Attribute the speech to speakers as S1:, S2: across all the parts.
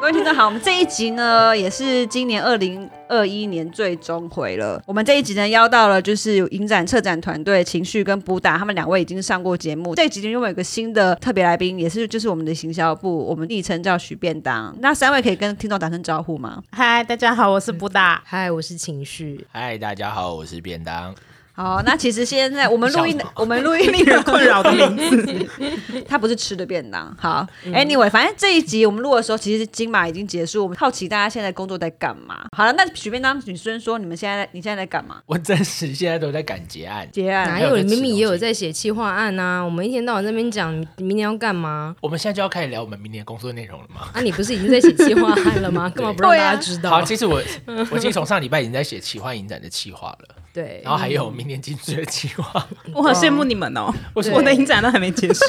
S1: 各位听众好，我们这一集呢，也是今年二零二一年最终回了。我们这一集呢，邀到了就是有影展策展团队情绪跟布达，他们两位已经上过节目。这一集因为有个新的特别来宾，也是就是我们的行销部，我们昵称叫许便当。那三位可以跟听众打声招呼吗？
S2: 嗨，大家好，我是布达。
S3: 嗨，我是情绪。
S4: 嗨，大家好，我是便当。
S1: 好，那其实现在我们录音
S4: 笑什么，
S1: 我们录音
S2: 令人困扰的名字，
S1: 它不是吃的便当。好、a n y w a y 反正这一集我们录的时候，其实金马已经结束。我们好奇大家现在工作在干嘛？好了，那许便当，你先说，你们现在在你现在在干嘛？
S4: 我真实现在都在赶结案。
S1: 结案
S3: 哪
S4: 有
S3: 有？
S4: 在
S3: 你
S4: 吃
S3: 明明
S4: 东
S3: 也有
S4: 西
S3: 在写企划案啊！我们一天到晚在那边讲明天要干嘛
S4: 我们现在就要开始聊我们明年工作内容了吗？
S3: 啊？你不是已经在写企划案了 吗？干嘛不让
S1: 对啊
S3: 大家知
S4: 好，
S3: 道？
S4: 其实我 我已经从上礼拜已经在写企划影展的企划 了，
S3: 对，嗯
S4: 然后还有明年进去的企 划。
S2: 我很羡慕你们哦。
S4: 为什
S2: 我
S4: 么
S2: 的？影展都还没结 束，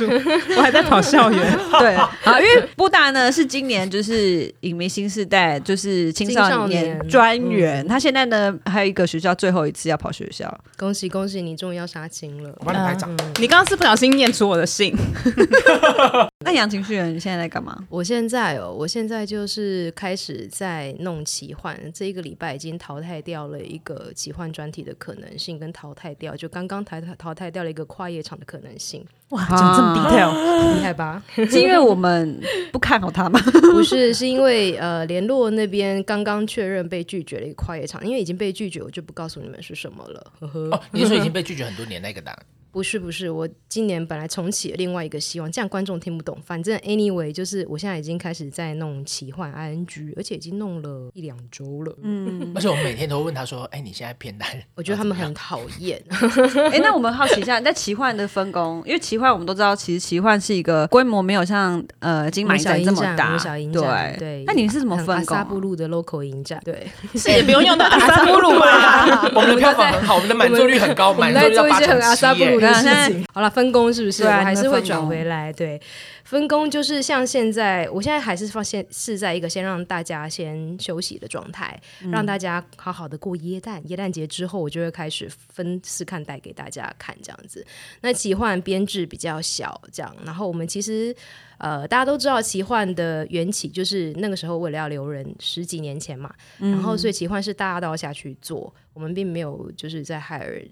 S2: 我还在跑校园。
S1: 对，好，因为布达呢是今年就是影迷新世代，就是青少
S3: 青少
S1: 年
S3: 年
S1: 专员，他现在呢还有一个学校最后一次要跑学校，
S3: 恭喜恭喜，你终于要杀青了
S4: 我。帮你拍
S3: 嗯
S4: 掌。
S2: 你刚刚是不小心念出我的姓，
S1: 那杨晴旭人你现在在干 嘛？
S3: 我现在哦，我现在就是开始在弄奇幻，这一个礼拜已经淘汰掉了一个奇幻专题的可能性，跟淘汰掉就刚刚淘汰淘汰掉了一个跨夜场的可能性，
S2: 哇，讲这么 detail，
S3: 厉害吧？
S1: 是因为我们不看好他吗？
S3: 不是，是因为呃，联络那边刚刚确认被拒绝了一个跨夜场，因为已经被拒绝，我就不告诉你们是什么了。呵呵，
S4: 哦，你是说已经被拒绝很多年那个档？
S3: 不是不是，我今年本来重启了另外一个希望，这样观众听不懂。反正 anyway，就是我现在已经开始在弄奇幻 ing，而且已经弄了一两周了。嗯，
S4: 而且我每天都问他说：“哎，你现在片单？”
S3: 我觉得他们 很讨厌。
S1: 哎、那我们好奇一下，在奇幻的分工，因为奇幻我们都知道，其实奇幻是一个规模没有像呃金马影展这么
S3: 我
S1: 大，
S3: 们小影展
S1: 对
S3: 对
S1: 那你们是怎么
S3: 很阿
S1: 分工
S3: 萨
S1: 啊？
S3: 布鲁的 local 影展，对，
S2: 是也不用用到阿萨布鲁 吧？
S4: 我们的票房很好，我们的满座率很高，
S3: 我们
S4: 满
S3: 在
S4: 座
S3: 做一
S4: 率到八
S3: 些很阿萨
S4: 成
S3: 布
S4: 七
S3: 鲁的
S4: 耶。
S1: 对啊
S3: 事
S1: 现
S3: 情。好了，分工是不是？
S1: 对啊
S3: 我还
S1: 你
S3: 是
S1: 们
S3: 会
S1: 分
S3: 转
S1: 工
S3: 回来。对，分工就是像现在，我现在还是放现是在一个先让大家先休息的状态，
S1: 嗯
S3: 让大家好好的过耶诞。耶诞节之后，我就会开始分试看带给大家看这样子。那奇幻编制比较小，这样。然后我们其实呃，大家都知道奇幻的缘起就是那个时候为了要留人，十几年前嘛。
S1: 嗯
S3: 然后所以奇幻是大家都要下去做，我们并没有就是在海尔。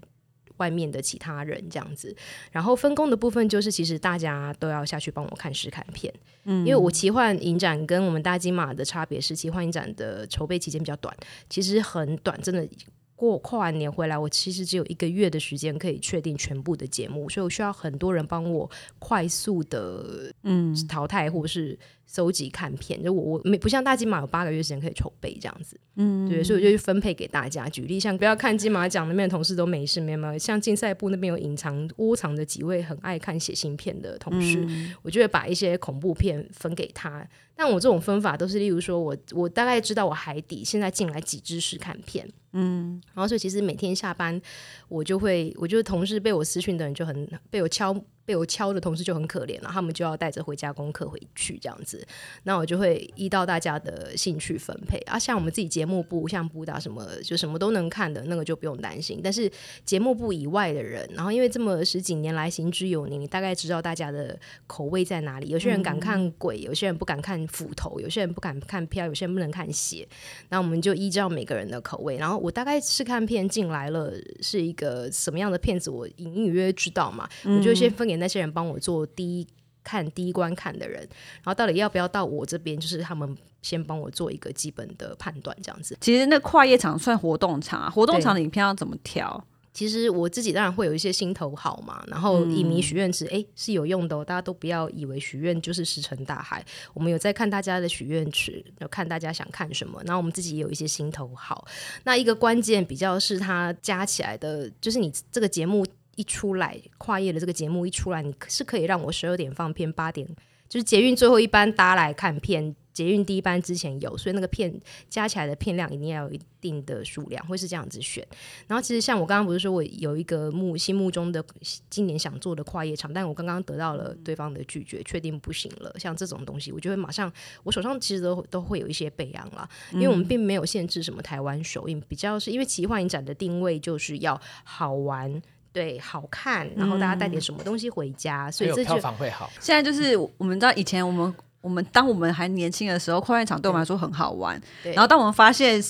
S3: 外面的其他人这样子，然后分工的部分就是，其实大家都要下去帮我看试看片，
S1: 嗯
S3: 因为我奇幻影展跟我们大金马的差别是，奇幻影展的筹备期间比较短，其实很短，真的。过跨完年回来，我其实只有一个月的时间可以确定全部的节目，所以我需要很多人帮我快速的嗯淘汰或是搜集看片。就我我没不像大金马有八个月时间可以筹备这样子，嗯，对，所以我就去分配给大家。举例像不要看金马奖那边的同事都没事，没有没有，像竞赛部那边有隐藏窝藏着几位很爱看写信片的同事，我就会把一些恐怖片分给他。但我这种分法都是，例如说我我大概知道我海底现在进来几支试看片，嗯，然后所以其实每天下班我就会，我就同事被我私讯的人就很被我敲被我敲的同事就很可怜了，他们就要带着回家功课回去这样子，那我就会依照大家的兴趣分配啊，像我们自己节目部像布达什么就什么都能看的那个就不用担心，但是节目部以外的人，然后因为这么十几年来行之有年，你大概知道大家的口味在哪里。有些人敢看鬼，有些人不敢看斧头，有些人不敢看飘，有些人不能看血。那我们就依照每个人的口味，然后我大概是看片进来了，是一个什么样的片子，我隐隐约约知道嘛，我就先分给那些人帮我做第一。看第一关看的人，然后到底要不要到我这边，就是他们先帮我做一个基本的判断，这样子。
S1: 其实那跨夜场算活动场啊，活动场的影片要怎么挑？
S3: 其实我自己当然会有一些心头好嘛，然后影迷许愿池诶是有用的、哦，大家都不要以为许愿就是石沉大海，我们有在看大家的许愿池，有看大家想看什么，然后我们自己也有一些心头好。那一个关键比较是它加起来的，就是你这个节目一出来，跨业的这个节目一出来，你可是可以让我十二点放片，八点就是捷运最后一班搭来看片。捷运第一班之前有，所以那个片加起来的片量一定要有一定的数量，会是这样子选。然后其实像我刚刚不是说我有一个目心目中的今年想做的跨夜场，但我刚刚得到了对方的拒绝，确定不行了。像这种东西，我就会马上，我手上其实都都会有一些备案啦，因为我们并没有限制什么台湾首映，比较是因为奇幻影展的定位就是要好玩。对，好看，然后大家带点什么东西回家，所
S4: 所
S3: 以
S4: 以
S3: 这就
S4: 票房会好，
S1: 现在就是我们知道以前我们我们当我们还年轻的时候，快乐场对我们来说很好玩。
S3: 对
S1: 然后当我们发现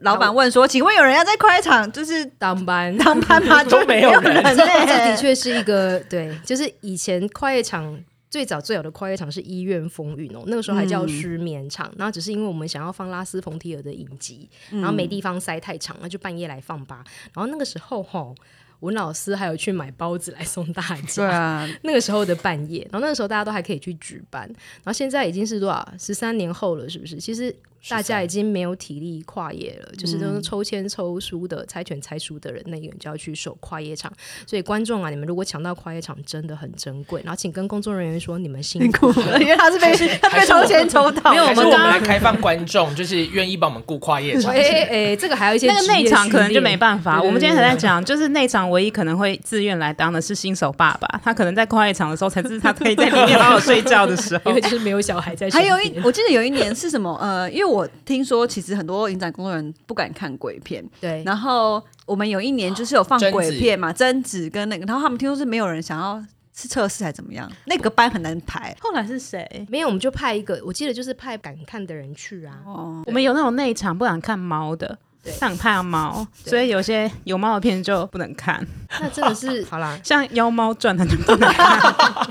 S1: 老板问说：“请问有人要在快乐场就是
S3: 当班，
S1: 当 班吗？”
S4: 都
S1: 就
S4: 没有
S1: 有
S4: 人
S1: 人
S3: 这这
S1: 嘞
S3: 的确是一个对，就是以前快乐场。最早最早的快乐场是《医院风云》哦，那个时候还
S1: 嗯
S3: 叫失眠场。然后只是因为我们想要放拉斯冯提尔的影集，然后没
S1: 嗯
S3: 地方塞太长，那就半夜来放吧。然后那个时候吼、文老师还有去买包子来送大家。
S1: 对啊，
S3: 那个时候的半夜，然后那个时候大家都还可以去举办，然后现在已经是多少十三年后了，是不是？其实大家已经没有体力跨业了，就是都是抽签抽书的、猜拳猜书的人，那个人就要去守跨夜场。所以观众啊，你们如果抢到跨夜场，真的很珍贵。然后请跟工作人员说你们辛苦 了。
S1: 因为他是被他被抽签抽到，
S3: 没有
S4: 还是
S3: 我
S4: 我
S3: 们
S4: 们
S3: 刚刚
S4: 来开放观众，就是愿意帮我们顾跨夜场
S3: 哎。哎哎，这个还有一些
S2: 那个
S3: 职业
S2: 内场可能
S3: 训
S2: 就
S3: 练
S2: 没办法。
S3: 对对对
S2: 我们今天还在讲，就是内场唯一可能会自愿来当的是新手爸爸，他可能在跨夜场的时候才是他可以在里面好好睡觉的时候
S3: 因为。就是没有小孩在身
S1: 还
S3: 边。
S1: 有一，我记得有一年是什么？呃，因为我听说其实很多影展工作人员不敢看鬼片，
S3: 对，
S1: 然后我们有一年就是有放
S4: 贞子
S1: 鬼片嘛，贞子跟那个，然后他们听说是没有人想要是测试还怎么样，那个班很难排。
S2: 后来是谁？
S3: 没有我们就派一个，我记得就是派敢看的人去啊。
S1: 哦，
S2: 我们有那种内场不敢看猫的，
S3: 对
S2: 上怕猫，
S3: 对
S2: 所以有些有猫的片就不能看，
S3: 那真的是好啦，
S2: 像《妖猫传》它就不能看。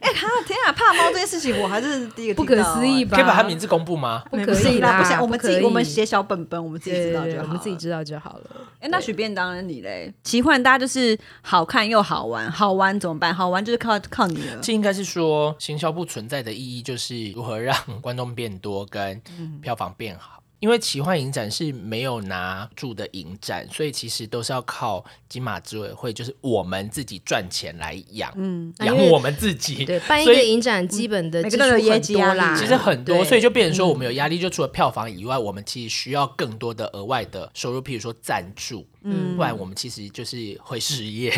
S1: 哎、哈，天啊，怕猫这件事情我还是第一个
S3: 不
S1: 听到
S3: 可
S1: 哎
S3: 思议，吧？
S4: 可以把他名字公布吗？
S3: 不
S2: 没
S3: 可
S2: 不
S3: 以
S2: 行
S1: 啦，
S3: 啦，
S1: 不想我们
S3: 可
S1: 自己，
S3: 以
S1: 我们写小本本，我们自己知道
S3: 对
S1: 就好。
S3: 我们自己。知道就好了。
S1: 哎、那许便当你嘞？奇幻大家就是好看又好玩，好玩怎么办？好玩就是靠靠你了。
S4: 这应该是说，行销部存在的意义就是如何让观众变多，跟
S3: 嗯
S4: 票房变好。因为奇幻影展是没有拿住的影展，所以其实都是要靠金马执委会，就是我们自己赚钱来养，
S3: 啊因
S4: 养
S3: 为
S4: 我们自己。
S3: 对，办一
S4: 所
S3: 个
S4: 以
S3: 影展基本的
S1: 每
S3: 技
S1: 个
S3: 术
S1: 都有业
S3: 很
S1: 绩
S3: 多
S1: 压力
S3: 啦，
S4: 其实很多，
S3: 对嗯
S4: 所以就变成说我们有压力，就除了票房以外，我们其实需要更多的额外的收入，譬如说赞助，
S1: 嗯
S3: 嗯
S4: 不
S2: 嗯
S4: 然我们其实就是会失业。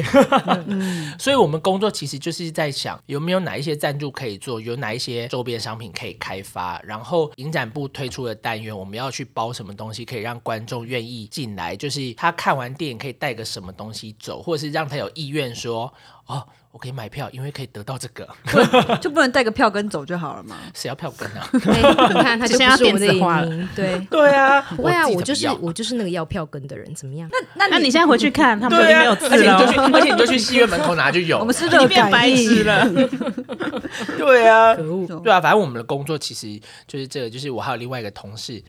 S4: 所以我们工作其实就是在想有没有哪一些赞助可以做，有哪一些周边商品可以开发，然后影展部推出的单元，我们要去包什么东西可以让观众愿意进来，就是他看完电影可以带个什么东西走，或者是让他有意愿说哦。我可以买票，因为可以得到这个。
S1: 就不能带个票跟走就好了嘛？
S4: 谁要票根啊？
S3: 哎你看他就
S2: 现在要
S3: 不是我们的
S2: 电子化
S3: 影迷，对。
S4: 对啊，
S3: 不会啊，
S4: 自己
S3: 我
S4: 怎
S3: 就
S4: 么
S3: 是
S4: 样
S3: 我就是那个要票根的人，怎么样？
S1: 那
S2: 那你现在回去看， 他们已
S4: 对
S2: 经
S4: 啊，
S2: 没有字
S4: 而且你就去
S2: 了，，哦
S4: 而且你就去戏院门口拿就 有。
S1: 我们是
S2: 已
S1: 热
S2: 经变
S1: 感
S2: 白痴
S1: 应，
S2: 了。
S4: 对啊，
S3: 可恶！
S4: 对啊，反正我们的工作其实就是这个，就是我还有另外一个同事，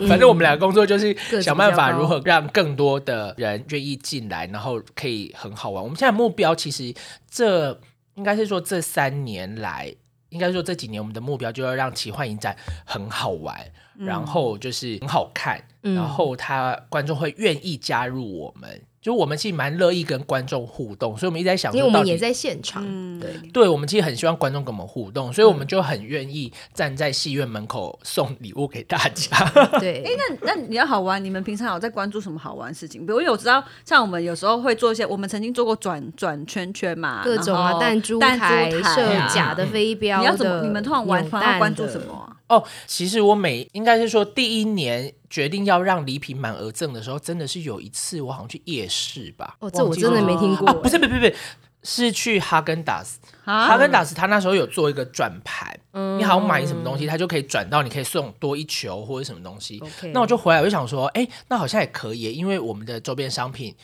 S2: 嗯
S4: 反正我们俩工作就是
S3: 各自
S4: 想办法
S3: 比较高
S4: 如何让更多的人愿意进来，然后可以很好玩。我们现在目标其实这应该是说这三年来，应该说这几年我们的目标就要让奇幻影展很好玩，然后就是很好看，
S3: 嗯
S4: 然后他观众会愿意加入我们。就我们其实蛮乐意跟观众互动，所以我们一直在想
S3: 因为
S4: 说，
S3: 我
S4: 到
S3: 们
S4: 底
S3: 也在现场，
S1: 嗯
S3: 对，
S4: 对，我们其实很希望观众跟我们互动，所以我们就很愿意站在戏院门口送礼物给大家。
S3: 对，
S1: 那那你要好玩，你们平常有在关注什么好玩的事情？比如因为我知道，像我们有时候会做一些，我们曾经做过转转圈圈嘛，
S3: 各种
S1: 然
S3: 啊，
S1: 后
S3: 弹
S1: 弹
S3: 珠
S1: 台、
S3: 台、
S1: 啊
S3: 射假的、飞
S1: 你
S3: 镖
S1: 要怎
S3: 的，
S1: 么？你们通常玩
S3: 扭
S1: 团要
S3: 蛋
S1: 关注
S3: 的
S1: 什么？啊？
S4: 哦，其实我每应该是说第一年决定要让礼品满额赠的时候，真的是有一次我好像去夜市吧，
S3: 哦，这我
S4: 忘记
S3: 真的
S4: 了
S3: 没听过
S4: 啊，
S3: 哎。
S4: 不是，不是，不是。是去哈根达斯，哈
S1: 啊，
S4: 根达斯他那时候有做一个转盘，
S3: 嗯
S4: 你好像买什么东西，他就可以转到你可以送多一球或者什么东西。
S3: OK，
S4: 那我就回来，我就想说，哎、那好像也可以耶，因为我们的周边商品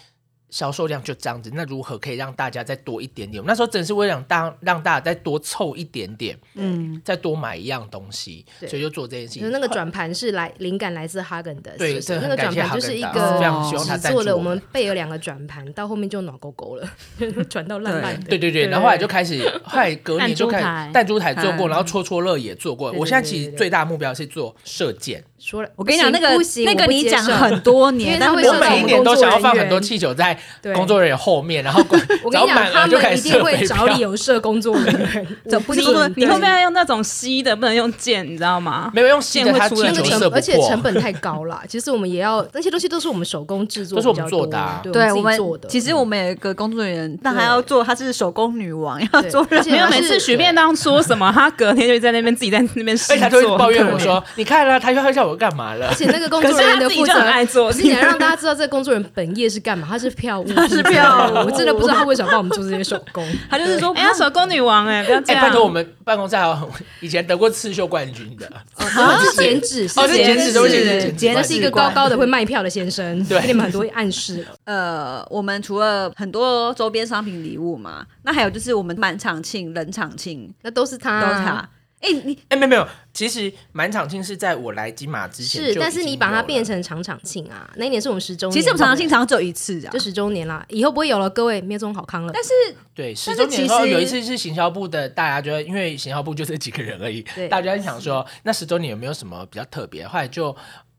S4: 销售量就这样子，那如何可以让大家再多一点点？我那时候真的是为了让大让大家再多凑一点点，嗯，再多买一样东西，
S3: 对
S4: 所以就做这件事
S3: 就是
S4: 情。
S3: 那个转盘是来灵感来自哈根达斯，
S4: 对，
S3: 是
S4: 这
S3: 那
S4: 很
S3: 个
S4: 感
S3: 转
S4: 谢
S3: 盘
S4: 哈
S3: 就是
S4: 根
S3: 一
S4: 达斯，非
S3: 个
S4: 常希望他
S3: 只
S4: 赞助
S3: 哦做了我
S4: 我
S3: 们。备了两个转盘，到后面就暖勾勾了， 转到烂烂的。
S4: 对对对，然后后来就开始，后来隔年就开
S2: 弹珠台
S4: 始弹珠台做
S1: 嗯
S4: 过，然后戳戳乐也做过。
S3: 对对
S4: 我现在其
S3: 对
S4: 实
S3: 对对
S4: 最大的目标是做射箭，
S3: 说了，
S1: 我跟你讲，
S3: 不
S1: 那
S3: 行
S1: 个
S3: 不行，
S1: 那
S3: 我
S1: 个
S3: 不
S1: 你
S3: 接
S1: 讲
S3: 受
S1: 很多
S3: 因
S1: 年，
S3: 为
S1: 但
S3: 他会
S1: 是
S4: 我
S3: 射
S1: 没有
S3: 手
S4: 每一
S1: 成
S4: 年
S1: 功
S4: 都想要
S3: 工作人
S4: 放
S3: 员
S4: 很多气球在
S3: 对
S4: 工作人员后面，然后
S3: 我跟你
S4: 找
S3: 讲，
S4: 满
S3: 他
S4: 额就
S3: 们
S4: 开
S3: 一
S4: 始
S3: 定
S4: 射
S3: 会
S4: 飞
S3: 找
S4: 镖。
S3: 理由设工作人员，
S1: 这不是工作人员
S2: 你后面要用那种吸的，不能用箭，你知道吗？
S4: 没有用线
S2: 线会
S4: 它
S2: 出
S4: 气
S2: 来
S3: 那
S4: 球
S3: 个
S4: 射
S3: 成
S4: 不
S3: 而且
S4: 破
S3: 成本太高了。 其实我们也要那些东西都是我们手工制作
S4: 都
S3: 比较
S4: 是我
S3: 多，
S4: 们做的啊
S1: 对我
S3: 我们自己
S1: 们
S3: 做的。
S1: 其实我们有一个工作人员，但她要做，她是手工女王，要
S3: 对
S1: 做任
S3: 而且
S2: 没有，
S3: 他
S2: 每
S3: 是
S2: 次许便当说什么，他隔天就在那边自己在那边试
S4: 而且他就会
S2: 做，
S4: 抱怨
S2: 很
S4: 我
S2: 可怜
S4: 说：“你看啦、他又要叫我我干嘛了
S3: 而？且那个工
S2: 可
S3: 作
S2: 是
S3: 人
S2: 他
S3: 员的
S2: 自己
S3: 负
S2: 就很
S3: 责
S2: 爱做，
S3: 我是 想让大家知道这个工作人员本业是干嘛，他是票务，他
S1: 是票务
S3: 我真的不知道他为什么帮我们做这些手工。
S1: 他就是说，
S2: 哎呀，手工女王哎，不要这
S4: 哎、
S2: 样。
S4: 拜托，我们办公室还有以前得过刺绣冠军的，
S3: 哦，是剪纸，
S4: 啊哦是剪
S1: 纸对不起对不起
S3: 剪
S1: 剪
S3: 纸
S1: 纸
S3: 是一个高高的会卖票的先生，
S4: 对
S3: 给你们很多暗示了。
S1: 呃，我们除了很多周边商品礼物嘛，那还有就是我们满场庆、冷场庆
S3: 那都是他，啊
S1: 都他。哎、你
S4: 哎、没有没有，其实满场庆是在我来金马之前就是已经有了，，
S3: 但是你把它变成场场庆啊，那一年是我们十周年，
S1: 其实我们常常庆常常只有一次啊
S3: 就，十周年啦，以后不会有了，各位没有这种好康了。
S1: 但是
S4: 对十
S1: 但是
S4: 周年的时候
S1: 其实
S4: 有一次是行销部的，大家就会因为行销部就这几个人 而已
S3: 对，
S4: 大家就想说那十周年有没有什么比较特别？后来就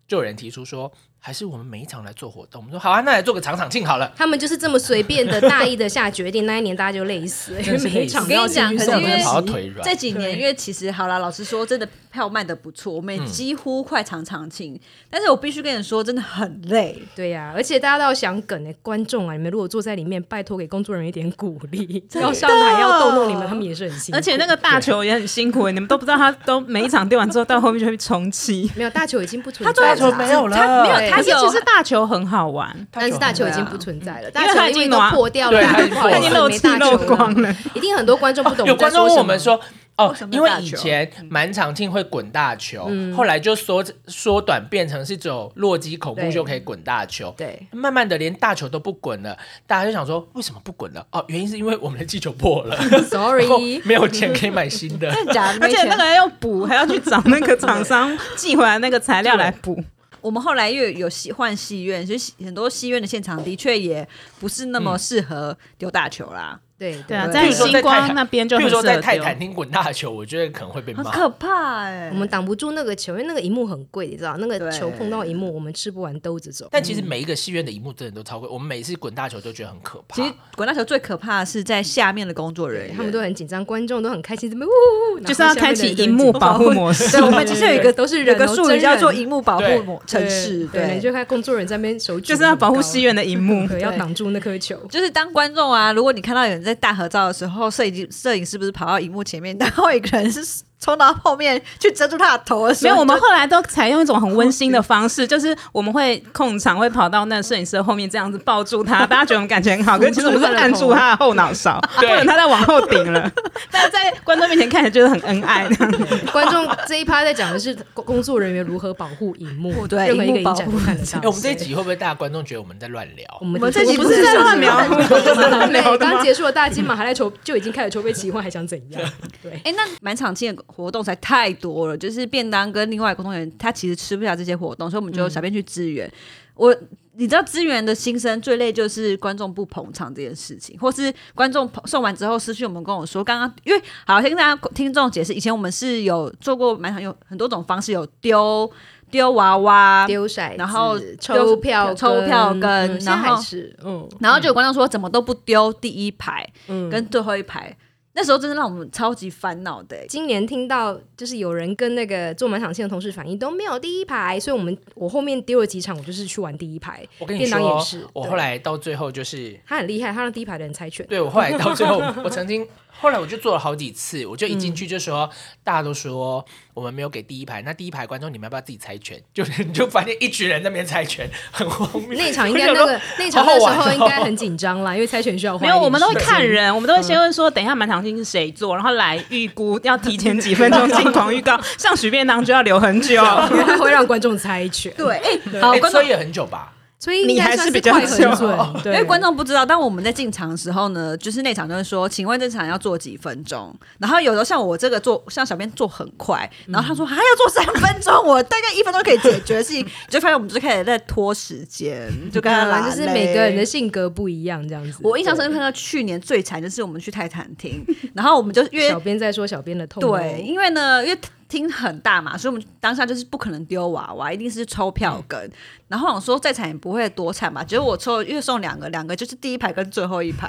S4: 就有人提出说，还是我们每一场来做活动。我们说好啊，那来做个场场庆好了。
S3: 他们就是这么随便的、大意的下决定，那一年大家就累死了，因为
S4: 真是
S3: 每一
S4: 累死
S1: 我
S3: 场都
S1: 跟
S3: 要
S1: 你讲，
S3: 去
S1: 可是
S3: 预售
S1: 因
S4: 我
S1: 为
S4: 们跑到腿软
S1: 这几年，
S3: 对啊
S1: 因为其实好啦，老实说，真的票卖的不错，我
S3: 嗯
S1: 们也几乎快常常庆，但是我必须跟你说，真的很 累。
S3: 对呀、而且大家都要想梗哎、观众啊，你们如果坐在里面，拜托给工作人员一点鼓励，要上台要逗弄你们，他们也是很辛苦。
S2: 而且那个大球也很辛苦哎，你们都不知道他都每一场丢完之后到后面就会充气。
S3: 没有大球已经不存在
S4: 大
S3: 了，
S4: 球没有
S1: 他
S4: 了，
S1: 没有
S3: 对
S1: 他
S2: 可是
S1: 有
S2: 其实大球很好玩，
S3: 但是大球已经
S1: 对啊
S3: 不存在了，
S2: 为
S3: 大球
S2: 它已
S3: 因
S2: 经
S3: 为都
S2: 暖
S3: 破掉
S4: 对
S3: 了，
S4: 它已经
S3: 大
S4: 破了
S2: 他已
S3: 家
S2: 经
S3: 不好
S2: 漏
S3: 意
S2: 气
S3: 思没 大
S2: 漏
S3: 球
S2: 光
S3: 了。
S2: 了。
S3: 一定很多观众不懂
S4: 有
S3: 们在
S4: 观
S3: 说
S4: 众问
S3: 什
S4: 我
S3: 么
S4: 们，说，哦
S1: 为什，么
S4: 因为
S1: 大
S4: 以
S1: 球嗯
S4: 前满场庆会滚大球，后来就缩缩短变成是只有洛基恐怖
S3: 对
S4: 就可以滚大球。
S3: 对，
S4: 慢慢的连大球都不滚了，大家就想说为什么不滚了？哦，原因是因为我们的气球破了 然后
S3: Sorry，
S4: 没有钱可以买新的。
S1: 真的假的？
S2: 而
S1: 没
S2: 且
S1: 钱
S2: 那个要补，还要去找 那个厂商寄回来那个材料来补。
S1: 我们后来又有戏换戏院，所以戏很多戏院的现场的确也不是那
S3: 嗯
S1: 么适合丢大球啦，
S3: 对
S2: 对啊，
S1: 对
S2: 在
S1: 譬如说
S2: 星
S4: 在泰
S2: 光
S4: 坦
S2: 那边就
S4: 譬
S2: 很
S4: 如
S2: 适
S4: 说
S2: 合
S4: 在泰
S2: 丢
S4: 坦厅滚大球，我觉得可能会被
S3: 嗯
S1: 很
S3: 啊
S4: 骂。
S1: 可怕哎、
S3: 我们挡不住那个球，因为那个荧幕很贵，你知道，那
S1: 对
S3: 个球碰到荧幕，我们吃不完兜着走。
S4: 但其实每一个戏院的荧幕真的都超贵，我们每次滚大球都觉得很可怕。哎
S1: 其实滚大球最可怕的是在下面的工作人
S3: 对
S1: 员，
S3: 他们都很紧张，观众都很开心，怎么呜呜呜，
S2: 就是要开启荧幕保护 模式。
S1: 对，我们其实有一个
S3: 都是
S1: 有
S3: 人
S1: 一
S3: 哦
S1: 个术
S3: 真
S1: 语叫做“
S3: 人
S1: 荧幕保护模城市”，
S3: 对，
S1: 对
S3: 你，就看工作人员在那边手举，
S2: 就是要保护戏院的荧幕。
S3: 对，要挡住那颗球。
S1: 就是当观众啊，如果你看到有人在大合照的时候，摄影机摄影师不是跑到荧幕前面，然后一个人是冲到后面去遮住他的头的时
S2: 没
S1: 候，
S2: 有，我们后来都采用一种很温馨的方式，就是我们会控场，会跑到那个摄影师的后面这样子抱住 他，大家觉得我们感情很好，可是其实我们是按住他的后脑勺，不
S4: 对
S2: 然他在往后顶 了。但是在观众面前看起来觉得很恩爱那样。
S3: 观众这一趴在讲的是工工作人员如何保护荧幕，
S1: 对
S3: 任何一个
S1: 荧幕保
S3: 影
S1: 护
S3: 展都看得到。
S4: 哎、我们这一集会不会大家观众觉得我们在乱聊？
S3: 我们
S1: 我们这集
S3: 我
S1: 不是在
S3: 这集
S1: 乱聊
S3: 我们
S2: 不是在乱聊的吗
S3: 对刚结束了大金马，还在筹，就已经开始筹备奇幻，还想怎样？对，
S1: 哎、那满场庆的活动才太多了，就是便当跟另外工作人员他其实吃不下这些活动，所以我们
S3: 嗯
S1: 就小便去支援。我你知道支援的心声最累就是观众不捧场这件事情，或是观众捧送完之后私讯我们跟我说，刚刚因为好先跟大家听众解释，以前我们是有做过满场有很多种方式，有丢丢娃娃。
S3: 丢骰子
S1: 然后
S3: 抽票，
S1: 抽票跟
S3: 嗯现在
S1: 然后
S3: 还是嗯，
S1: 然后就有观众说怎么都不丢第一排
S3: 嗯
S1: 跟最后一排，那时候真的让我们超级烦恼的、欸
S3: 今年听到就是有人跟那个做满场庆的同事反映都没有第一排，所以我们我后面丢了几场，我就是去玩第一排。
S4: 我跟你
S3: 便当也
S4: 说
S3: 是，
S4: 我
S3: 对
S4: 后来到最后就是，
S3: 他很厉害，他让第一排的人猜 拳。
S4: 对我后来到最后，我曾经后来我就做了好几次，我就一进去就说，大家都说我们没有给第一排，那第一排观众你们要不要自己猜拳？就是你就发现一群人在那边猜拳，很荒谬。
S3: 那场应该
S4: 我
S3: 那
S4: 想说
S3: 个那场
S4: 好好
S3: 那时
S4: 玩
S3: 候
S4: 哦
S3: 应该很紧张啦，因为猜拳需要花
S2: 没有，
S3: 一点
S2: 我们都会
S3: 时间
S2: 看人，我们都会先问说，等一下满场庆是谁做，然后来预估要提前几分钟 进广预告，上许便当就要留很久。
S3: 他 会让观众猜拳，
S1: 对，哎、 好，
S4: 哎
S1: 观
S4: 所
S1: 众
S4: 以也很久吧。
S3: 所以应
S2: 你
S3: 该
S2: 还
S3: 算
S2: 是比较
S3: 快很
S2: 久
S3: 准，对，
S1: 因为观众不知道，当我们在进场的时候呢，就是内场就会说：“请问这场要做几分钟？”然后有时候像我这个做，像小编做很快，然后他说还要做三分钟，我大概一分钟可以解决的事情，你就发现我们就开始在拖时间，就跟他
S3: 当然
S1: 拉
S3: 啊就是
S1: 勒
S3: 每个人的。性格不一样，这样子。
S1: 我印象
S3: 对
S1: 深刻，去年最惨就是我们去泰坦厅，然后我们就约
S3: 小编在说小编的痛哦，
S1: 对，因为呢，因为厅很大嘛，所以我们当下就是不可能丢娃娃，一定是抽票根。然后我想说再惨也不会多惨吧，结果我抽又送两个，两个就是第一排跟最后一 排，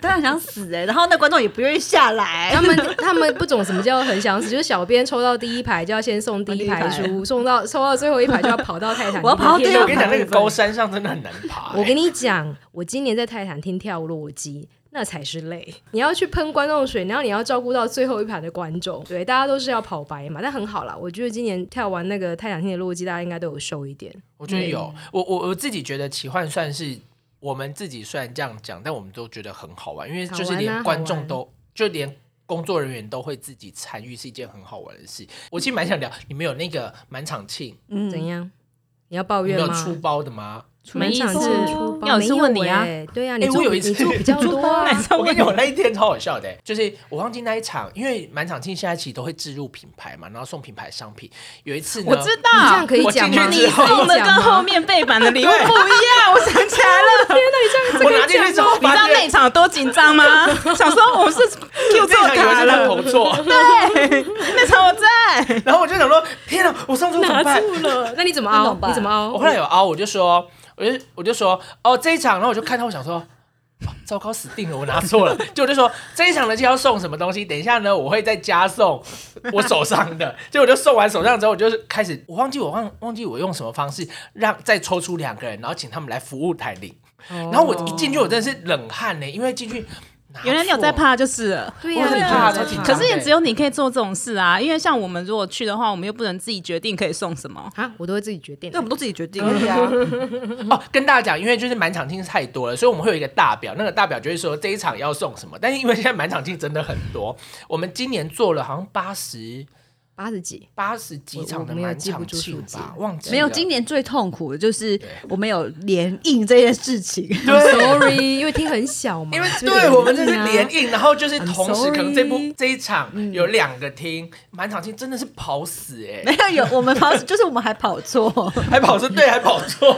S1: 当然想死哎、然后那观众也不愿意下来
S3: 他。们他们不懂什么叫很想死，就是小编抽到第一排就要先送第一排
S1: 第一
S3: 书，送到抽到最后一排就要跑到泰坦 厅。
S1: 我要跑到
S3: 天
S1: 第二
S4: 我
S3: 哪
S4: 跟你讲，那个
S3: 部分
S4: 高山上真的很难爬、
S3: 我跟你讲，我今年在泰坦厅跳落基，那才是累。你要去喷观众水，然后你要照顾到最后一排的观众，对，大家都是要跑白嘛。但很好啦，我觉得今年跳完那个太阳星的落基，大家应该都有瘦一点。
S4: 我觉得有，我我我自己觉得奇幻算是我们自己虽然这样讲，但我们都觉得很好玩，因为就
S3: 好
S4: 是
S3: 玩啊
S4: 连观众
S3: 好玩
S4: 都、就连。工作人员都会自己参与，是一件很好玩的事。我其实蛮想聊，你们有那个满场庆，
S1: 嗯
S3: 怎样？你要抱
S4: 你
S3: 怨
S4: 们有
S3: 吗？
S4: 出包的吗？
S3: 满场
S2: 没意
S3: 是
S2: 思
S3: 出包，
S2: 哦要是问你啊
S3: 没有欸，对啊，你
S4: 欸
S3: 做
S4: 我有一
S3: 你
S4: 次
S3: 做比 较多 啊，
S4: 我跟你讲，我那一天超好笑的、欸就是我忘记那一场，因为满场庆现在其实都会置入品牌嘛，然后送品牌商品。有一次呢，
S2: 我知
S3: 你这样
S2: 道。
S3: 可以讲吗？
S4: 我进去
S2: 你
S4: 之后
S2: 送的
S3: 讲
S2: 跟
S3: 吗
S2: 后面背板的礼物不一 样，我想起来了。
S4: 我拿进去之后
S2: 你知道
S4: 发
S2: 那
S4: 现，
S2: 场有多紧张 吗？想说我们是 Q
S4: 这
S2: 错
S4: 场以为
S2: 卡
S4: 是他投
S2: 了，
S4: 错，
S2: 对， 那场我在，
S4: 然后我就想说，天哪，我上次我怎么 办？
S3: 住了，那你怎么
S1: 那怎
S3: 凹
S1: 么？办
S3: 你怎么
S4: 我
S3: 凹？
S4: 后来有凹，我就说，我就我就说，哦这一场，然后我就看他，我想说。哇糟糕，死定了！我拿错了，就我就说这一场呢就要送什么东西，等一下呢我会再加送我手上的。结果我就送完手上之后，我就是开始，我忘记我忘忘记我用什么方式让再抽出两个人，然后请他们来服务台领。
S2: 哦
S4: 然后我一进去，我真的是冷汗呢，因为进去拿
S2: 原来你有在
S4: 错
S2: 怕就是 了。
S3: 对
S4: 我
S3: 呀，
S4: 很
S3: 你
S4: 怕
S3: 怎
S4: 超
S3: 么
S4: 紧
S3: 凹
S4: 张
S2: 可是也只有你可以做这种事啊，因为像我们如果去的话，我们又不能自己决定可以送什么。
S3: 啊，我都会自己决定
S1: 对，我。们都自己决定了呀。
S4: 哦，跟大家讲，因为就是满场庆太多了，所以我们会有一个大表，那个大表就会说这一场要送什么。但是因为现在满场庆真的很多，我们今年做了好像八十
S3: 八十 几，
S4: 八十几场的
S3: 我我没有
S4: 满
S3: 记不
S4: 场
S3: 住
S4: 庆
S3: 数字
S4: 吧，忘记了
S1: 没有，今年最痛苦的就是
S4: 对
S1: 我们有联映这件事情。
S3: Sorry，因为厅很小嘛，
S4: 因为
S3: 所以
S4: 对我们这
S3: 联
S4: 是
S3: 映啊
S4: 联映，然后就是
S3: I'm
S4: 同时可能这部
S3: sorry 嗯
S4: 这一场有两个厅，满场庆真的是跑死哎、
S1: 没有有，我们跑就是我们还跑 错。
S4: 还跑是对，还跑错。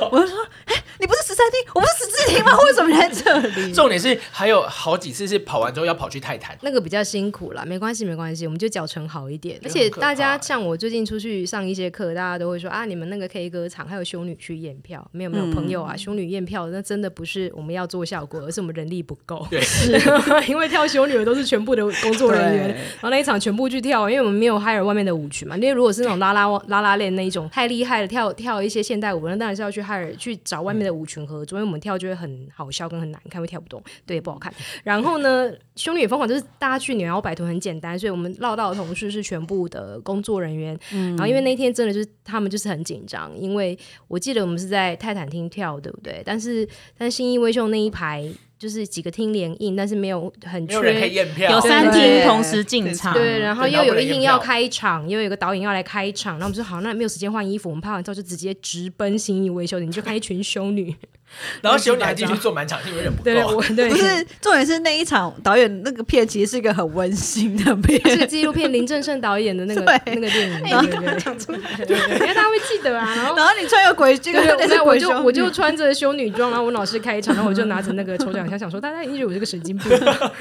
S1: 你不是十三厅，我不是十四厅吗？为什么你在这里？
S4: 重点是还有好几次是跑完之后要跑去泰坦，
S3: 那个比较辛苦啦，没关系，没关系，我们就脚程好一点。而
S4: 得
S3: 且
S4: 很可
S3: 大
S4: 怕
S3: 家
S4: 欸
S3: 像我最近出去上一些课，大家都会说啊，你们那个 K 歌场还有修女去验票，没有没有朋友
S4: 嗯
S3: 啊，修女验票那真的不是我们要做效果，而是我们人力不够。
S4: 对，
S3: 因为跳修女的都是全部的工作人员
S1: 对，
S3: 然后那一场全部去跳，因为我们没有 hire 外面的舞曲嘛。因为如果是那种拉拉拉拉链那一种太厉害了，跳跳一些现代舞，那当然是要去 hire 去找外面的舞群合作，因为我们跳就会很好笑跟很难看，会跳不动，对，不好看。然后呢，修女也疯狂，就是大家去扭腰摆臀很简单，所以我们绕到的同事是全部的工作人员。然后因为那天真的就是他们就是很紧张，因为我记得我们是在泰坦厅跳，对不对？但是但新义威秀那一排。就是几个厅联映，但是没有很
S4: 没
S3: 缺，
S4: 有人可以验票，
S2: 有三厅
S1: 对
S2: 同时进场，
S3: 嗯对，然后
S4: 对
S3: 又
S4: 然后
S3: 有
S4: 不能
S3: 一
S4: 验
S3: 定
S4: 票
S3: 要开场，又有一个导演要来开场，然后我们说好，那没有时间换衣服，我们拍完照就直接直奔新义维修，你就看一群修女，
S4: 然后修女还继续做满场庆，有点不
S3: 对对，
S4: 够。啊
S3: 我对
S1: 不。是重点是那一场导演那个片其实是一个很温馨的片
S3: 这，个纪录片林正盛导演的那个
S1: 对
S3: 那个电影， 对哎对对，因为大家会记得啊。然 后
S1: 然后你穿个鬼，这个
S3: 对对，我
S1: 那是
S3: 在我
S1: 鬼
S3: 就
S1: 兄
S3: 我就穿着修女装，然后我老师开场，然后我就拿着那个抽奖箱，想说大家一定觉得我是个神经病啊吧。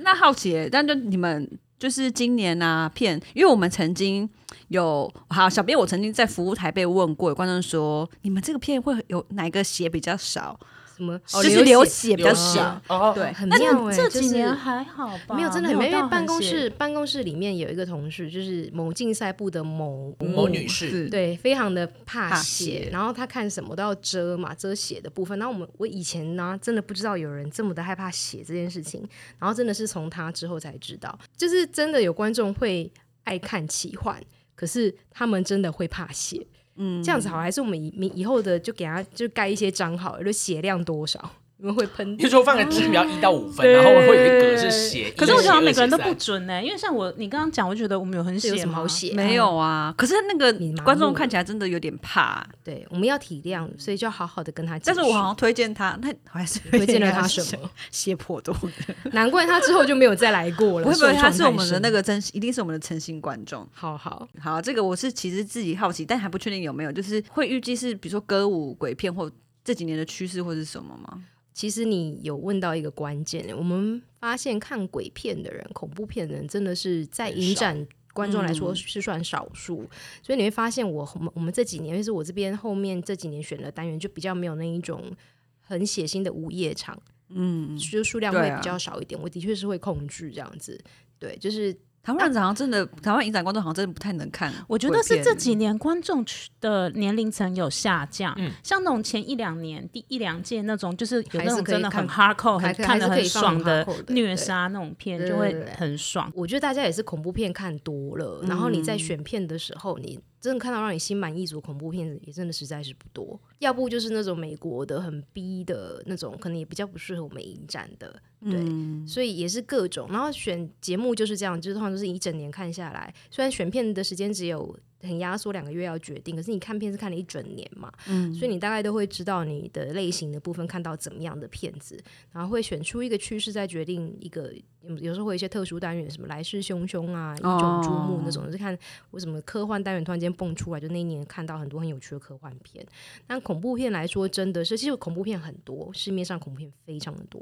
S1: 那好奇耶，但就你们就是今年啊片，因为我们曾经有好小编，我曾经在服务台被问过，有观众说你们这个片会有哪个血比较少，
S3: 什么哦
S1: 就是哦流血比较
S4: 血
S1: 少，
S4: 哦，
S1: 对。
S3: 很
S2: 那
S3: 妙
S2: 你
S3: 哎，
S2: 这
S3: 就
S2: 几
S3: 是
S2: 年还好吧？
S3: 没有，真的很妙，因
S2: 到
S3: 为办
S2: 很
S3: 公
S2: 血
S3: 室办公室里面有一个同事，就是某竞赛部的某
S4: 某女士，
S1: 是
S3: 对，非常的怕
S1: 嗯怕
S3: 血，
S1: 血
S3: 然后他看什么都要遮嘛，遮血的部分。然后我们我以前呢，真的不知道有人这么的害怕血这件事情，然后真的是从他之后才知道，就是真的有观众会爱看奇幻，可是他们真的会怕血。嗯，这样子好，还是我们以以后的就给他就盖一些章好了，就血量多少，你们会喷啊
S4: 比如说放个指标一到五分，
S3: 对
S4: 然后我会有一格是写。
S2: 可是我觉得每个人都
S4: 一
S2: 不
S4: 写
S2: 准呢、因为像我，你刚刚讲，我觉得我们有很血
S3: 这有什么
S2: 吗
S3: 好？写、
S1: 没，有啊，可是那个
S3: 你麻木
S1: 观众看起来真的有点怕，
S3: 对，我们要体谅，所以就要好好的跟他解释。
S1: 但是我好像推荐他，那好像是
S3: 推荐了他什么？
S1: 血颇多的，
S3: 难怪他之后就没有再来过了。
S1: 会不会
S3: 受
S1: 他
S3: 创
S1: 是 我
S3: 太
S1: 们的
S3: 深
S1: 那个真，一定是我们的诚心观众？
S3: 好好，
S1: 好，这个我是其实自己好奇，但还不确定有没有，就是会预计是比如说歌舞、鬼片或这几年的趋势或是什么吗？
S3: 其实你有问到一个关键，我们发现看鬼片的人、恐怖片的人，真的是在影展。观众来说是算少数，所以你会发现我我们我们这几年，就是我这边后面这几年选的单元，就比较没有那一种很血腥的午夜场，嗯，就数量
S1: 对
S3: 会
S1: 啊
S3: 比较少一点。我的确是会控制这样子，对，就是
S1: 台湾人好像真的，台湾影展观众好像真的不太能看鬼片。
S2: 我觉得是这几年观众群的年龄层有下降，
S4: 嗯
S2: 像那种前一两年、第一两届那种，就是有
S3: 还
S2: 那
S3: 是
S2: 种
S3: 可以
S2: 真的很
S3: 看
S2: hardcore、
S3: 还
S2: 哦很
S3: 可以
S2: 看得
S3: 还是可
S2: 很
S3: 以放
S2: 爽的
S3: hardcore 的
S2: 虐杀那种片，
S3: 对
S2: 就
S3: 对
S2: 会
S3: 对
S2: 很爽。
S3: 我觉得大家也是恐怖片看多了，然后你在选片的时候，你真的看到让你心满意足恐怖片也真的实在是不多，要不就是那种美国的很逼的那种，可能也比较不适合我们影展的，对，所以也是各种。然后选节目就是这样，就是通常就是一整年看下来，虽然选片的时间只有。很压缩，两个月要决定。可是你看片是看了一整年嘛，所以你大概都会知道你的类型的部分看到怎么样的片子，然后会选出一个趋势，再决定一个有有时候会有一些特殊单元，什么来势汹汹啊、一种
S2: 哦
S3: 注目那种，就是看为什么科幻单元突然间蹦出来，就那一年看到很多很有趣的科幻片。但恐怖片来说，真的是其实恐怖片很多，市面上恐怖片非常的多，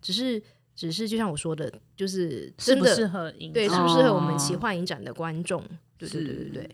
S3: 只是只是就像我说的，就是
S2: 适
S3: 真
S2: 不
S3: 的
S2: 适合哦影
S3: 对
S2: 展
S3: 适不适合我们喜欢影展的观众？对对对
S1: 是
S3: 对对，
S2: 哦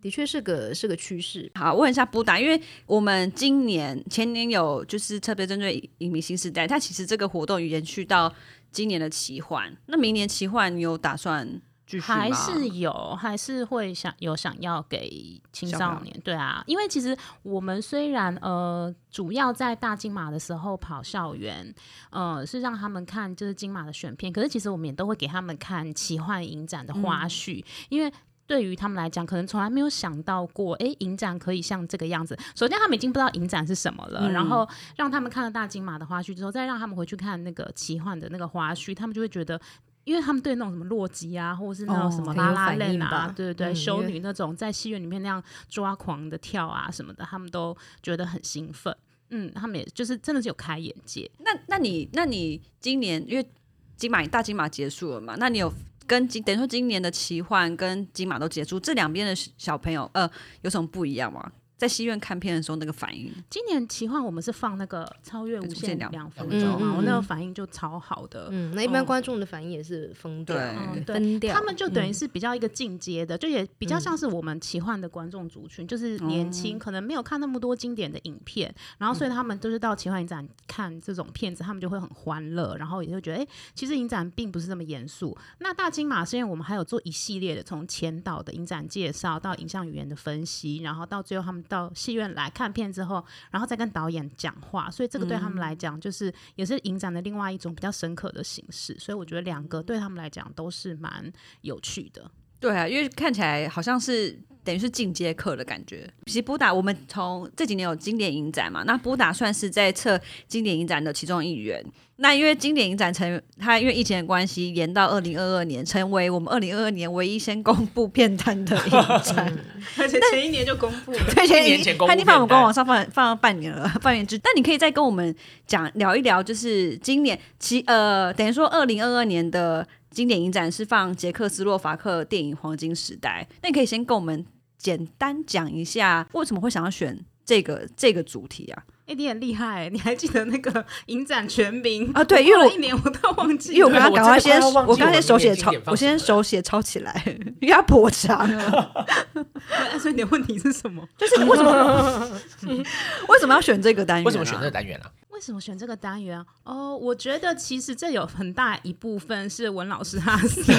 S3: 的确是个是个趋势。
S1: 好，问一下布达，因为我们今年前年有就是特别针对影迷新时代，它其实这个活动延续到今年的奇幻。那明年奇幻你有打算继续吗？
S2: 还是有，还是会想有想要给青
S1: 小朋
S2: 少
S1: 友
S2: 年，对啊，因为其实我们虽然呃主要在大金马的时候跑校园，呃是让他们看就是金马的选片，可是其实我们也都会给他们看奇幻影展的
S1: 嗯
S2: 花絮，因为。对于他们来讲，可能从来没有想到过，诶，影展可以像这个样子。首先，他们已经不知道影展是什么了，
S1: 嗯
S2: 然后让他们看了大金马的花絮之后，再让他们回去看那个奇幻的那个花絮，他们就会觉得，因为他们对那种什么洛基啊，或者是那种什么
S3: 哦
S2: 拉拉
S3: 很有反
S2: 链
S3: 应
S2: 啊
S3: 吧，
S2: 对对对，
S3: 嗯
S2: 修
S3: 因为
S2: 女那种在戏院里面那样抓狂的跳啊什么的，他们都觉得很兴奋。嗯，他们也就是真的是有开眼界。
S1: 那那你那你今年因为金马大金马结束了嘛？那你有跟今等于说今年的奇幻跟金马都结束，这两边的小朋友呃有什么不一样吗？在戏院看片的时候那个反应，
S2: 今年奇幻我们是放那个超越
S1: 无
S2: 无
S1: 限
S2: 限
S1: 量
S2: 两分
S4: 嗯
S2: 钟嘛，
S3: 嗯
S2: 我那个
S3: 嗯
S2: 反应就超好的。
S3: 嗯，那一
S1: 哦
S3: 般观众的反应也是疯掉，
S1: 对
S2: 嗯对
S3: 分掉。
S2: 他们就等于是比较一个进阶的，就也比较像是我们奇幻的观众族群，就是嗯年轻，可能没有看那么多经典的影片，哦然后所以他们就是到奇幻影展看这种片子，他们就会很欢乐，然后也会觉得，哎、其实影展并不是这么严肃。那大金马是因为我们还有做一系列的从前导的影展介绍到影像语言的分析，然后到最后他们到戏院来看片之后，然后再跟导演讲话，所以这个对他们来讲就是也是影展的另外一种比较深刻的形式。所以我觉得两个对他们来讲都是蛮有趣的。
S1: 对啊，因为看起来好像是等于是进阶课的感觉。其实布达，我们从这几年有经典影展嘛，那布达算是在测经典影展的其中一员。那因为经典影展成，它因为疫情的关系延到二零二二年，成为我们二零二二年唯一先公布片单的影展。
S2: 而且前一年就公布了，
S1: 对，
S4: 一年前公布
S1: 他已经放我们
S4: 片单
S1: 官网上放放了半年了， 半年之。但你可以再跟我们讲聊一聊，就是今年其呃，等于说二零二二年的经典影展是放捷克斯洛伐克电影黄金时代。那你可以先跟我们简单讲一下，为什么会想要选这个这个主题啊？
S2: 哎、你很厉害、你还记得那个影展全名
S1: 啊对因为我
S2: 过了一年我都忘记了，
S1: 因为我刚刚
S4: 我
S1: 赶快
S4: 真
S1: 先，
S4: 的快要忘记
S1: 我刚
S4: 我
S1: 才
S4: 们
S1: 手写
S4: 今年
S1: 抄
S4: 经典，放
S1: 我
S4: 什
S1: 先
S4: 么
S1: 手写抄起来， 因为它颇长 了。
S2: 啊所以你的问题是什么？
S1: 就是为什么 为什么要选这个单元、啊？
S4: 为什么选这个单元啊？
S2: 为什么选这个单元啊？哦，我觉得其实这有很大一部分是文老师他的私心，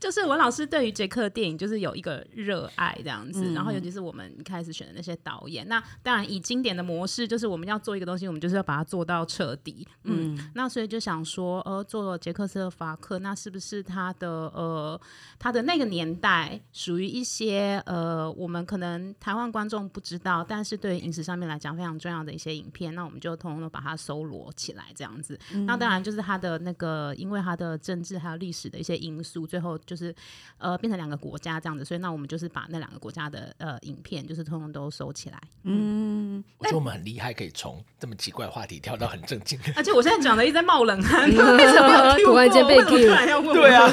S2: 就是文老师对于捷克电影就是有一个热爱这样子，然后尤其是我们一开始选的那些导演，那当然以经典的模式，就是我们要做一个东西，我们就是要把它做到彻底。嗯，那所以就想说，呃，做了捷克斯洛伐克，那是不是他的呃他的那个年代属于一些呃，我们可能台湾观众不知道，但是对于影史上面来讲非常重要的一些影片，那我们就通通都把它搜罗起来，这样子。那当然就是它的那个，因为它的政治还有历史的一些因素，最后就是呃变成两个国家这样子，所以那我们就是把那两个国家的呃影片，就是通通都收起来。
S4: 我觉得我们很厉害，可以从这么奇怪的话题跳到很正经。
S2: 而且啊我现在讲的一直在冒冷 汗，为什么
S3: 突然间被
S2: Q 我为什么突然要问我？对 啊，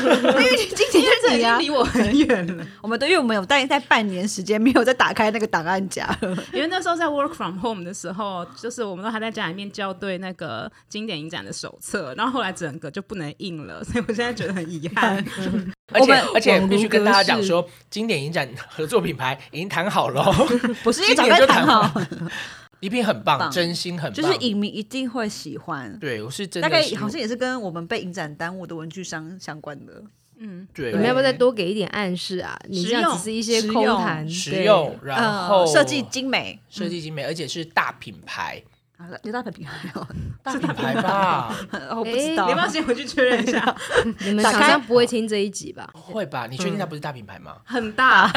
S1: 今天
S2: 这
S1: 是
S2: 已
S1: 你
S2: 经
S1: 啊！
S2: 离我很远了。
S1: 我们都因为我们有大概在半年时间没有再打开那个档案夹了，
S2: 因为那时候在 work from home 的时候，就是我们都还在家里面校对那个经典影展的手册，然后后来整个就不能印了，所以我现在觉得很遗憾。
S4: 而
S1: 我
S4: 且
S1: 们
S4: 而且必须跟大家
S3: 网
S4: 讲
S3: 络格式
S4: 说，经典影展合作品牌已经谈好了哦，
S1: 不是因为
S4: 今
S1: 早
S4: 年
S1: 该
S4: 就
S1: 谈
S4: 好
S1: 好，
S4: 礼品很棒，
S1: 棒
S4: 真心很棒，
S1: 就是影迷一定会喜欢。
S4: 对，我是真
S1: 大
S4: 的
S1: 概
S4: 是
S1: 好像也是跟我们被影展耽误的文具商相关的，
S2: 嗯，
S4: 对，
S3: 你们要不要再多给一点暗示啊？你这
S2: 实
S3: 样
S2: 用
S3: 只是一些
S2: 实
S3: 空
S2: 用
S3: 谈，
S4: 实
S3: 对
S4: 用，然后
S1: 呃，设计精美
S4: 设计精美，而且是大品牌，
S1: 啊，刘大本品牌哦，
S4: 大品牌吧？
S1: 我不知道
S2: 你要不要先回去确认一 下？
S3: 你们
S1: 打
S3: 厂
S1: 开
S3: 商不会听这一集吧？
S4: 会吧？你确定它不是大品牌吗？
S2: 嗯 很大，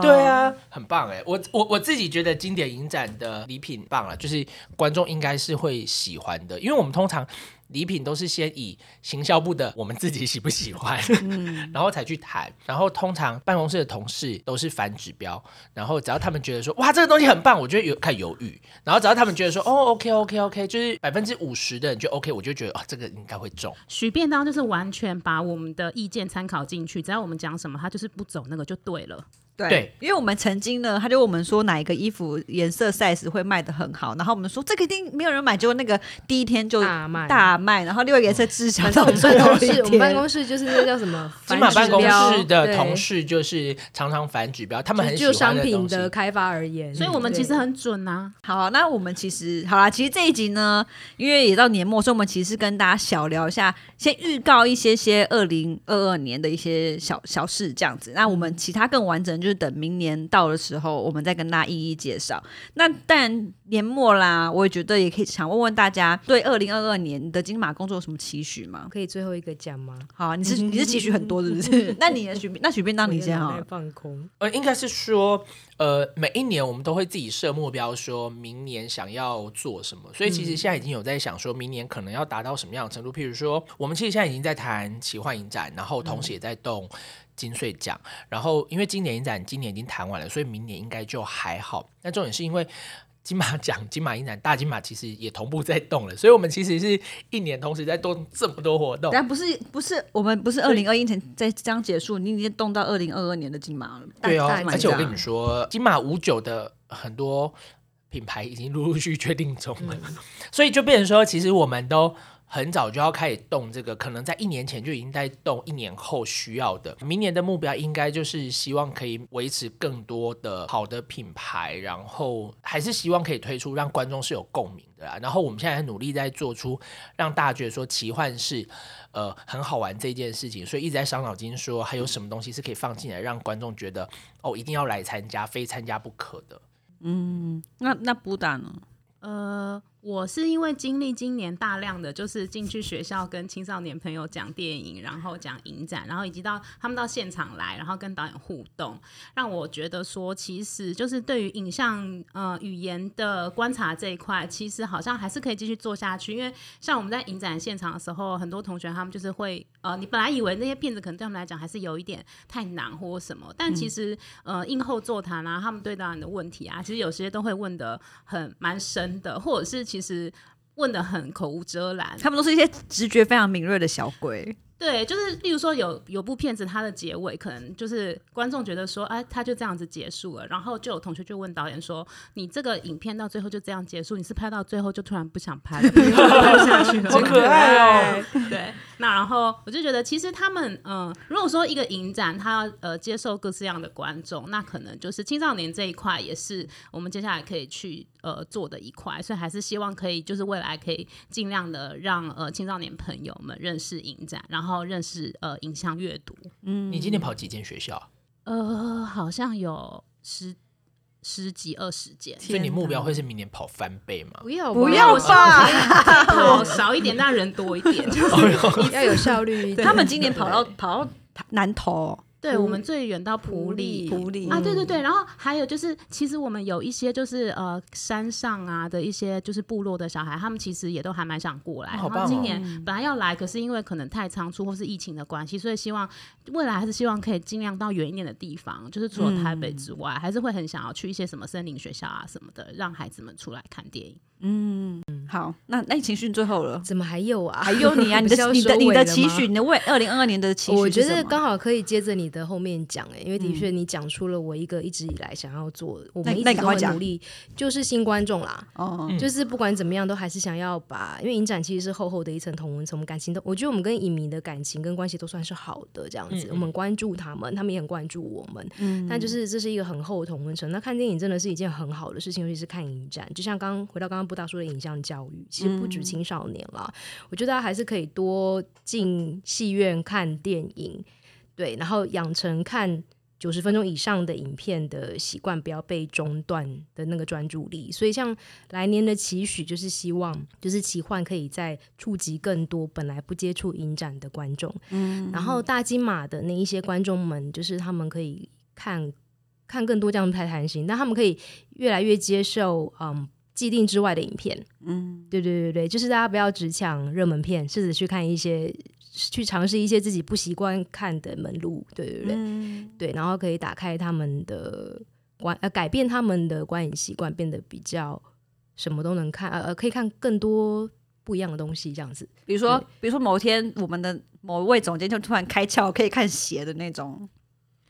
S4: 对啊，很棒哎！我我我自己觉得经典影展的礼品棒了，就是观众应该是会喜欢的，因为我们通常礼品都是先以行销部的我们自己喜不喜欢，
S2: 嗯
S4: 然后才去谈。然后通常办公室的同事都是反指标，然后只要他们觉得说哇这个东西很棒，我就会有开始犹豫。然后只要他们觉得说哦 OK OK OK，就是百分之五十的人就 OK，我就觉得哦这个应该会中。
S2: 许便当就是完全把我们的意见参考进去，只要我们讲什么，他就是不走那个就对了。
S1: 对，
S4: 对
S1: 因为我们曾经呢，他就问我们说哪一个衣服颜色 size 会卖的很好，然后我们说这个一定没有人买，结果那个第一天就
S4: 呃
S3: 大卖
S1: 大卖，然后另外一个颜色滞销
S3: 反正
S1: 到
S3: 我们办
S1: 最后
S3: 公
S1: 一
S3: 室，我们办
S1: 天。
S3: 公室就是那叫什么
S4: 金
S3: 反
S4: 马办公室的
S3: 指标
S4: 同事就是常常反指标，他们
S3: 对
S4: 很喜
S3: 就
S4: 欢
S3: 商
S4: 的
S3: 品
S4: 东西。
S3: 的开发而言，
S2: 所以我们
S3: 对
S2: 其实很准啊，
S1: 好，那我们其实好啦，其实这一集呢，因为也到年末，所以我们其实跟大家小聊一下，先预告一些些二零二二年的一些小小事这样子。那我们其他更完整，就是等明年到的时候，我们再跟大家一一介绍。那但年末啦，我也觉得也可以想问问大家，对二零二二年的金马工作有什么期许吗？
S3: 可以最后一个讲吗？
S1: 好，你是你是期许很多是不是？ 那你的许那许便当你先
S3: 我
S1: 好
S3: 就脑
S1: 了
S3: 袋。放空，
S4: 呃，应该是说，呃，每一年我们都会自己设目标，说明年想要做什么。所以
S3: 嗯
S4: 其实现在已经有在想，说明年可能要达到什么样的程度。譬如说，我们其实现在已经在谈奇幻影展，然后同
S3: 嗯
S4: 时也在动金穗奖。然后因为今年影展今年已经谈完了，所以明年应该就还好。但重点是因为。 金马奖、金马影展、大金马其实也同步在动了，所以我们其实是一年同时在动这么多活动。
S1: 但不是不是，我们不是二零二一年才这样结束，你已经动到二零二二年的金马了。
S4: 对哦
S1: 大金，马
S4: 而且我
S1: 奖
S4: 跟你们说，金马五九的很多品牌已经陆陆续续确定中了，所以就变成说，其实我们都很早就要开始动这个，可能在一年前就已经在动，一年后需要的。明年的目标应该就是希望可以维持更多的好的品牌，然后还是希望可以推出让观众是有共鸣的啊啦。然后我们现在很努力在做出让大家觉得说奇幻是呃很好玩这件事情，所以一直在伤脑筋说还有什么东西是可以放进来让观众觉得哦一定要来参加，非参加不可的。
S1: 那那布达呢？
S2: 呃，我是因为经历今年大量的就是进去学校跟青少年朋友讲电影，然后讲影展，然后以及到他们到现场来，然后跟导演互动，让我觉得说，其实就是对于影像呃语言的观察这一块，其实好像还是可以继续做下去。因为像我们在影展现场的时候，很多同学他们就是会呃，你本来以为那些片子可能对他们来讲还是有一点太难或什么，但其实、呃映后座谈啊，他们对导演的问题啊，其实有些都会问的很蛮深的，或者是其实。问的很口无遮拦，
S1: 他们都是一些直觉非常敏锐的小鬼。
S2: 对，就是例如说有有部片子，它的结尾可能就是观众觉得说，哎、它就这样子结束了，然后就有同学就问导演说，你这个影片到最后就这样结束，你是拍到最后就突然不想拍了，不拍不下去了，
S4: 好可爱
S2: 哦。对，那然后我就觉得，其实他们，嗯、如果说一个影展，它呃接受各式各样的观众，那可能就是青少年这一块也是我们接下来可以去呃做的一块，所以还是希望可以，就是未来可以尽量的让呃青少年朋友们认识影展，然后认识呃影像阅读。
S4: 你今年跑几间学校啊？
S2: 呃，好像有十十几二十件，
S4: 所以你目标会是明年跑翻倍吗？
S3: 不要
S1: 不
S3: 吧
S1: 要
S2: 我希望可以跑少一点，但人多一点，就是
S3: 要有效率一点。
S1: 他们今年跑到跑到南投，
S2: 对我们最远到普里，
S1: 普里
S2: 啊，对对对，然后还有就是，其实我们有一些就是呃山上啊的一些就是部落的小孩，他们其实也都还蛮想过来。
S4: 哦好
S2: 然后
S4: 棒哦
S2: 今年本来要来，可是因为可能太仓促或是疫情的关系，所以希望未来还是希望可以尽量到远一点的地方，就是除了台北之外，还是会很想要去一些什么森林学校啊什么的，让孩子们出来看电影。
S1: 好，那那你情绪最后了，
S3: 怎么还有啊？
S1: 还有你啊，你
S3: 不是
S1: 的
S3: 要
S1: 你的
S3: 收
S1: 你
S3: 尾
S1: 的
S3: 了
S1: 期
S3: 吗
S1: 许，你的未二零二二年的期许是什么，嗯
S3: 我觉得刚好可以接着你的后面讲哎、因为的确你讲出了我一个一直以来想要做，我
S1: 那
S3: 们一
S1: 那你赶
S3: 直都
S1: 快
S3: 很
S1: 讲
S3: 努力，就是新观众啦。
S1: 哦，
S3: 就是不管怎么样，都还是想要把，因为影展其实是厚厚的一层同文层，我们感情都，我觉得我们跟影迷的感情跟关系都算是好的这样子，
S4: 嗯嗯
S3: 我们关注他们，他们也很关注我们，但就是这是一个很厚的同文层。那看电影真的是一件很好的事情，尤其是看影展，就像刚刚回到刚刚布达说的影像教教育，其实不止青少年啦，我觉得大家还是可以多进戏院看电影，对，然后养成看。九十分钟以上的影片的习惯，不要被中断的那个专注力。所以，像来年的期许，就是希望，就是奇幻可以再触及更多本来不接触影展的观众。嗯，然后大金马的那一些观众们，就是他们可以看看更多这样太贪心，但他们可以越来越接受嗯既定之外的影片。嗯，对对对对，就是大家不要只抢热门片，试着去看一些。去尝试一些自己不习惯看的门路，对对
S2: 嗯
S3: 对，
S1: 嗯
S3: 对，然后可以打开他们的观呃，改变他们的观影习惯，变得比较什么都能看，呃呃，可以看更多不一样的东西，这样子。
S1: 比如说，比如说某天我们的某位总监就突然开窍，可以看鞋的那种，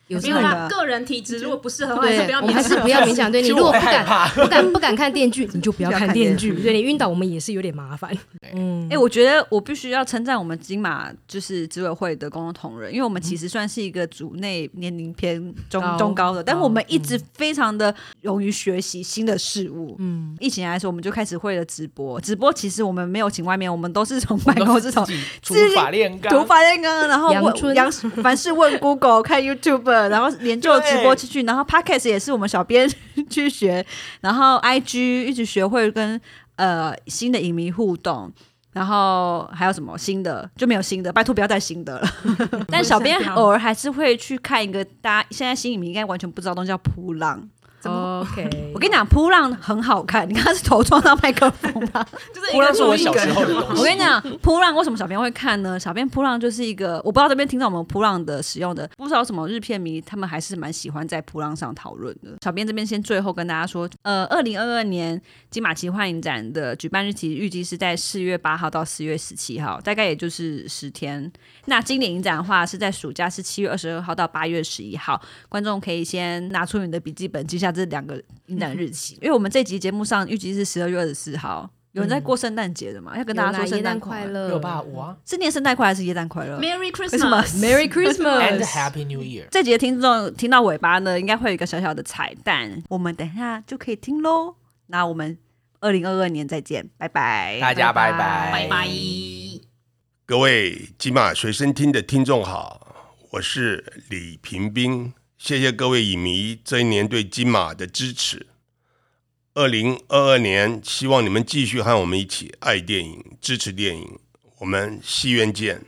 S3: 有
S2: 没
S1: 这
S2: 有
S1: 个
S2: 啦，个人体质如果不适合的话，还是
S3: 对
S2: 不要，
S3: 我们还
S2: 勉
S3: 是
S2: 强。
S3: 不要勉 强。对你，
S4: 其实
S3: 如果
S4: 我
S3: 不
S4: 会害
S3: 敢
S4: 怕。
S3: 不敢不敢看电锯，你就不要
S1: 不要
S3: 看
S1: 看
S3: 电
S1: 电
S3: 锯。对你晕倒，我们也是有点麻烦。嗯
S1: 哎、，我觉得我必须要称赞我们金马就是执委会的公众同仁，因为我们其实算是一个组内年龄偏中、
S3: 高
S1: 中嗯高的，但
S3: 高
S1: 我们一直非常的勇于学习新的事物。嗯，疫情来说，我们就开始会了直播。直播其实我们没有请外面，我们都是从办公室从
S4: 自己土
S1: 自己
S4: 法炼钢，
S1: 读法炼钢，然后
S3: 阳
S1: 问
S3: 春
S1: 杨凡是问 Google 看 YouTube，然后研究直播去去，然后 Podcast 也是我们小编去学，然后 IG 一直学会跟呃新的影迷互动。然后还有什么新的就没有新的，拜托不要再新的了。 但小编偶尔还是会去看一个大家现在新影迷应该完全不知道的东西叫扑浪。
S3: 哦 OK，
S1: 我跟你讲，扑浪很好看，你看它是头撞到麦克风吧？
S2: 就是一
S4: 不
S2: 个
S4: 然是我
S2: 注意
S4: 小时候的
S2: 梗
S4: 东
S1: 我
S4: 西。
S1: 跟你讲，扑浪为什么小编会看呢？小编扑浪就是一个，我不知道这边听到我们扑浪的使用的，不知道什么日片迷，他们还是蛮喜欢在扑浪上讨论的。小编这边先最后跟大家说，呃，二零二二年金马奇幻影展的举办日期预计是在四月八号到四月十七号，大概也就是十天。那今年影展的话是在暑假，是七月二十二号到八月十一号，观众可以先拿出你的笔记本记下这两个影展日期，因为我们这集节目上预计是十二月二十四号。有人在过圣诞节的嘛？要跟大家说
S3: 圣
S1: 圣
S3: 诞
S1: 诞
S3: 快
S1: 快乐。
S3: 乐，
S4: 没有吧？我啊
S1: 是念圣诞快乐还是耶诞快乐？
S2: Merry
S1: 为什么
S2: Christmas，
S3: ？Merry
S4: ，and
S3: Christmas，
S4: Happy New Year。
S1: 这集的听众听到尾巴呢，应该会有一个小小的彩蛋，我们等一下就可以听喽。那我们二零二二年再见，拜拜，
S4: 大家拜拜，
S2: 拜拜。
S5: 各位金马随身听的听众好，我是李平斌，谢谢各位影迷这一年对金马的支持。二零二二年，希望你们继续和我们一起爱电影、支持电影，我们戏院见。